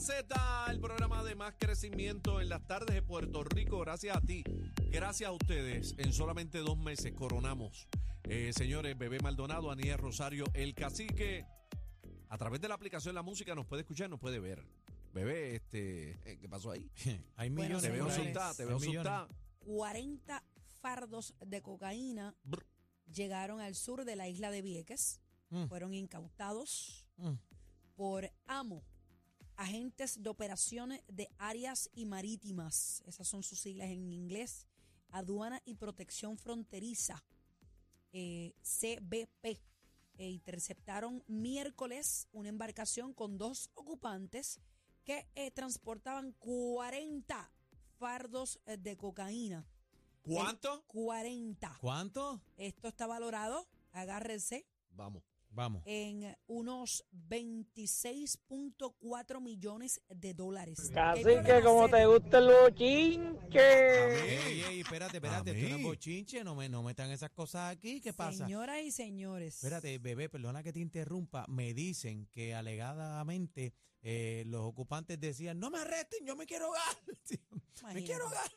Z, el programa de más crecimiento en las tardes de Puerto Rico. Gracias a ti, gracias a ustedes. En solamente dos meses coronamos, eh, señores, Bebé Maldonado, Aníbal Rosario, El Cacique. A través de la aplicación La Música nos puede escuchar, nos puede ver. Bebé, este, eh, ¿qué pasó ahí? Hay Bueno, millones. Te veo por ahí. soltada, te Hay veo millones. soltada. 40 fardos de cocaína Brr. llegaron al sur de la isla de Vieques. Mm. Fueron incautados Mm. por AMO, agentes de operaciones de áreas y marítimas. Esas son sus siglas en inglés. Aduana y Protección Fronteriza, eh, CBP. E interceptaron miércoles una embarcación con dos ocupantes que eh, transportaban 40 fardos eh, de cocaína. ¿Cuánto? 40. ¿Cuánto? Esto está valorado, agárrense, Vamos. Vamos. Eh, en unos 26.4 millones de dólares. Casi ¿Qué que pueden como hacer? te gustan los A chinches. mí. Ey, ey, espérate, eh. A espérate. Tú mí. no es bochinche, no me, no metan esas cosas aquí. ¿Qué pasa? Señoras y señores. Espérate, bebé, perdona que te interrumpa. Me dicen que alegadamente eh, los ocupantes decían, no me arresten, yo me quiero hogar. me imagínate. quiero hogar.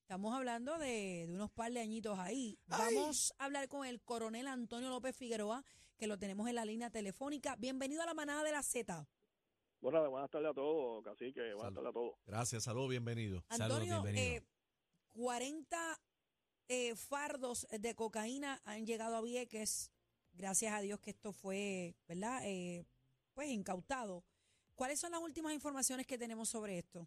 Estamos hablando de, de unos par de añitos ahí. Vamos a hablar con el coronel Antonio López Figueroa, que lo tenemos en la línea telefónica. Bienvenido a la manada de la Z. Bueno, buenas tardes a todos, cacique, buenas Salud. tardes a todos. Gracias, saludos, bienvenido. Saludos, Antonio, bienvenido. eh, 40 eh, fardos de cocaína han llegado a Vieques. Gracias a Dios que esto fue, ¿verdad? Eh, pues incautado. ¿Cuáles son las últimas informaciones que tenemos sobre esto?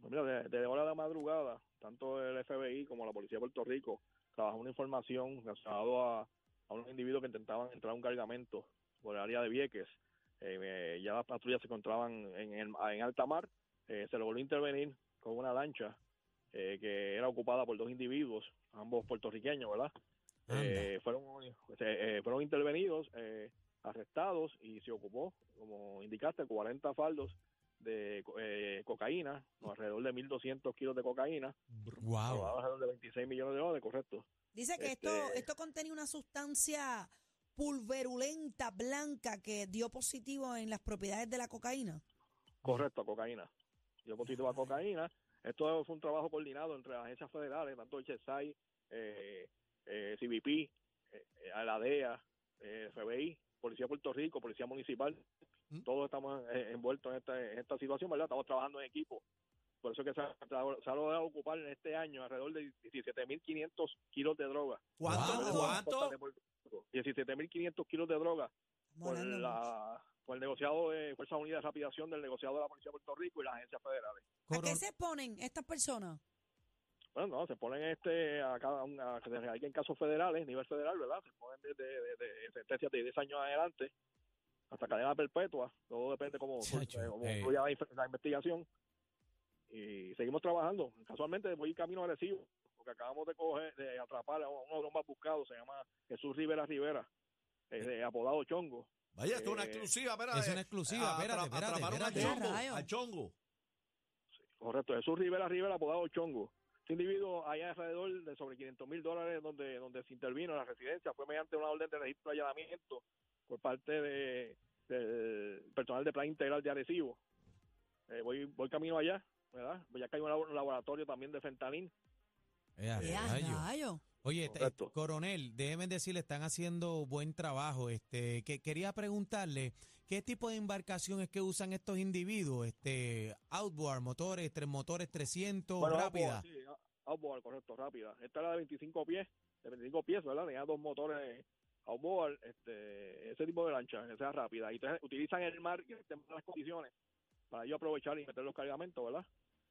Pues mira, de- desde hora de la madrugada, tanto el FBI como la Policía de Puerto Rico trabajó una información relacionada a, a unos individuos que intentaban entrar a un cargamento por el área de Vieques. Eh, eh, ya las patrullas se encontraban en, el- en alta mar. Eh, se logró intervenir con una lancha eh, que era ocupada por dos individuos, ambos puertorriqueños, ¿verdad? Eh, fueron, eh, eh, fueron intervenidos, eh, arrestados y se ocupó, como indicaste, 40 faldos de co- eh, cocaína, con alrededor de 1.200 kilos de cocaína, Ah, Wow. valorados alrededor de 26 millones de dólares, correcto. Dice que esto, Este- esto contenía una sustancia pulverulenta blanca que dio positivo en las propiedades de la cocaína. Correcto, cocaína. Yo positivo a cocaína. Esto fue un trabajo coordinado entre las agencias federales, tanto HSI, eh, eh, CBP, eh, eh, a la DEA, eh, FBI, Policía de Puerto Rico, Policía Municipal. ¿Mm? Todos estamos eh, envueltos en esta, en esta situación, ¿verdad? Estamos trabajando en equipo. Por eso es que se ha, se ha logrado ocupar en este año alrededor de 17.500 kilos de droga. ¿Cuánto? Wow. Ah, ¿Cuánto? 17.500 kilos de droga Estamos por, hablando mucho. la, por el negociado de Fuerzas Unidas de Rapidación del negociado de la Policía de Puerto Rico y las agencias federales. ¿A qué se ponen estas personas? Bueno, no, se ponen este a cada un- a que se realicen casos federales, nivel federal, ¿verdad? Se ponen desde de, de sentencias de 10 años adelante hasta cadena perpetua. Todo depende cómo, Chacho, eh, cómo eh. fluya la, inf- la investigación. Y seguimos trabajando. Casualmente voy camino agresivo porque acabamos de coger, de atrapar a uno de los más buscados, se llama Jesús Rivera Rivera, eh, de apodado Chongo. Vaya, esto es una Eh, exclusiva, espérate. Es una exclusiva, Atra- espérate, espérate, atraparon al espérate. chongo, Rayo. al chongo. Correcto, Jesús Rivera Rivera, apodado Chongo. Este individuo, hay alrededor de sobre 500 mil dólares donde, donde se intervino en la residencia, fue mediante una orden de registro de allanamiento por parte de, del personal de Plan Integral de Arecibo. Eh, voy, voy camino allá, ¿verdad? Ya que hay un labo- laboratorio también de fentanil. Eh, a Eh, a rayos. rayos. Oye, está- Correcto. coronel, déjenme decirle, están haciendo buen trabajo. Este, que quería preguntarle, ¿qué tipo de embarcación es que usan estos individuos? Este, outboard, motores, tres motores 300, rápida. outboard, sí, outboard, correcto, rápida. Esta era de 25 pies, de 25 pies, ¿verdad? Tenía dos motores outboard, este, ese tipo de lancha, que sea rápida. Y entonces utilizan el mar y estén en las condiciones para ellos aprovechar y meter los cargamentos, ¿verdad?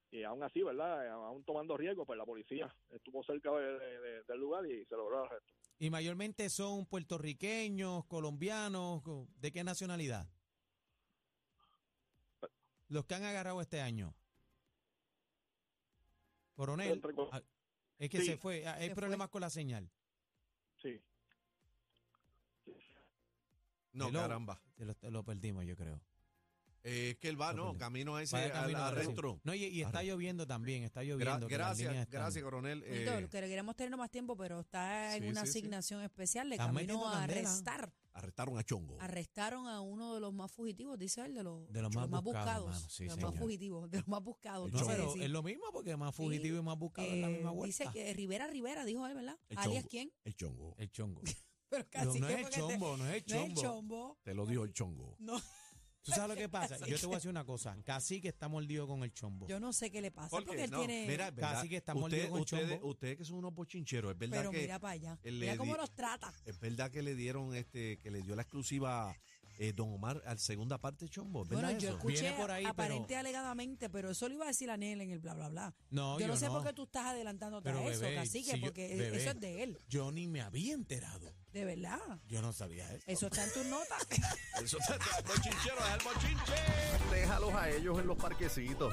Y aún así, ¿verdad? Aún tomando riesgo, pues la policía estuvo cerca de- de- de- del lugar y se logró el arresto. Y mayormente son puertorriqueños, colombianos, co- ¿de qué nacionalidad? Los que han agarrado este año. Coronel, Entre col- ah, es que Sí. se fue, ah, hay Se fue. problemas con la señal. Sí. No, Hello. caramba. Se Lo, lo perdimos, yo creo. Eh, es que él va, No, no, perdón. camino a ese Vaya al camino de Brasil. arresto. No, y, y está Arre- lloviendo también, está Gra- lloviendo. que las gracias, líneas están- gracias, coronel. eh, Nito, lo que queremos tener más tiempo, pero está en sí, una sí, sí. asignación especial de Están camino metiendo a candela. arrestar Arrestaron a Chongo. Arrestaron a uno de los más fugitivos, dice él, de los, De los más buscados, mano, sí, de los más señor. fugitivos, de los más buscados. El No, quise pero decir. es lo mismo porque más fugitivo y más buscado es la Eh, misma vuelta. Dice que Rivera Rivera, dijo él, ¿verdad? El ¿Alias chongo. quién? El Chongo. El chongo. Pero No, casi no que es el porque te- chombo, no No es el es el chombo. chombo. Te lo dijo el Chongo. No, ¿Tú sabes lo que pasa? Así Yo te voy que- a decir una cosa. Casi que está mordido con el chombo. yo no sé qué le pasa. porque él No, tiene. mira, es verdad, Casi que estamos ustedes, lío con ustedes, Chombo. ustedes que son unos bochincheros, es verdad pero que mira para allá. él Mira le cómo di- los trata. es verdad que le dieron este que le dio la exclusiva eh, Don Omar a la segunda parte Chombo, ¿es Bueno, ¿verdad yo eso? escu- escuché Viene por ahí, pero- aparente y alegadamente, pero eso lo iba a decir a Nel en el bla, bla, bla. No, yo yo no sé no. por qué tú estás adelantándote Pero, a eso, bebé, cacique, si yo- porque bebé. eso es de él, Yo ni me había enterado. de verdad. Yo no sabía eso. Eso está en tus notas. Eso está el bochinchero, es el bochinche. Déjalos a ellos en los parquecitos.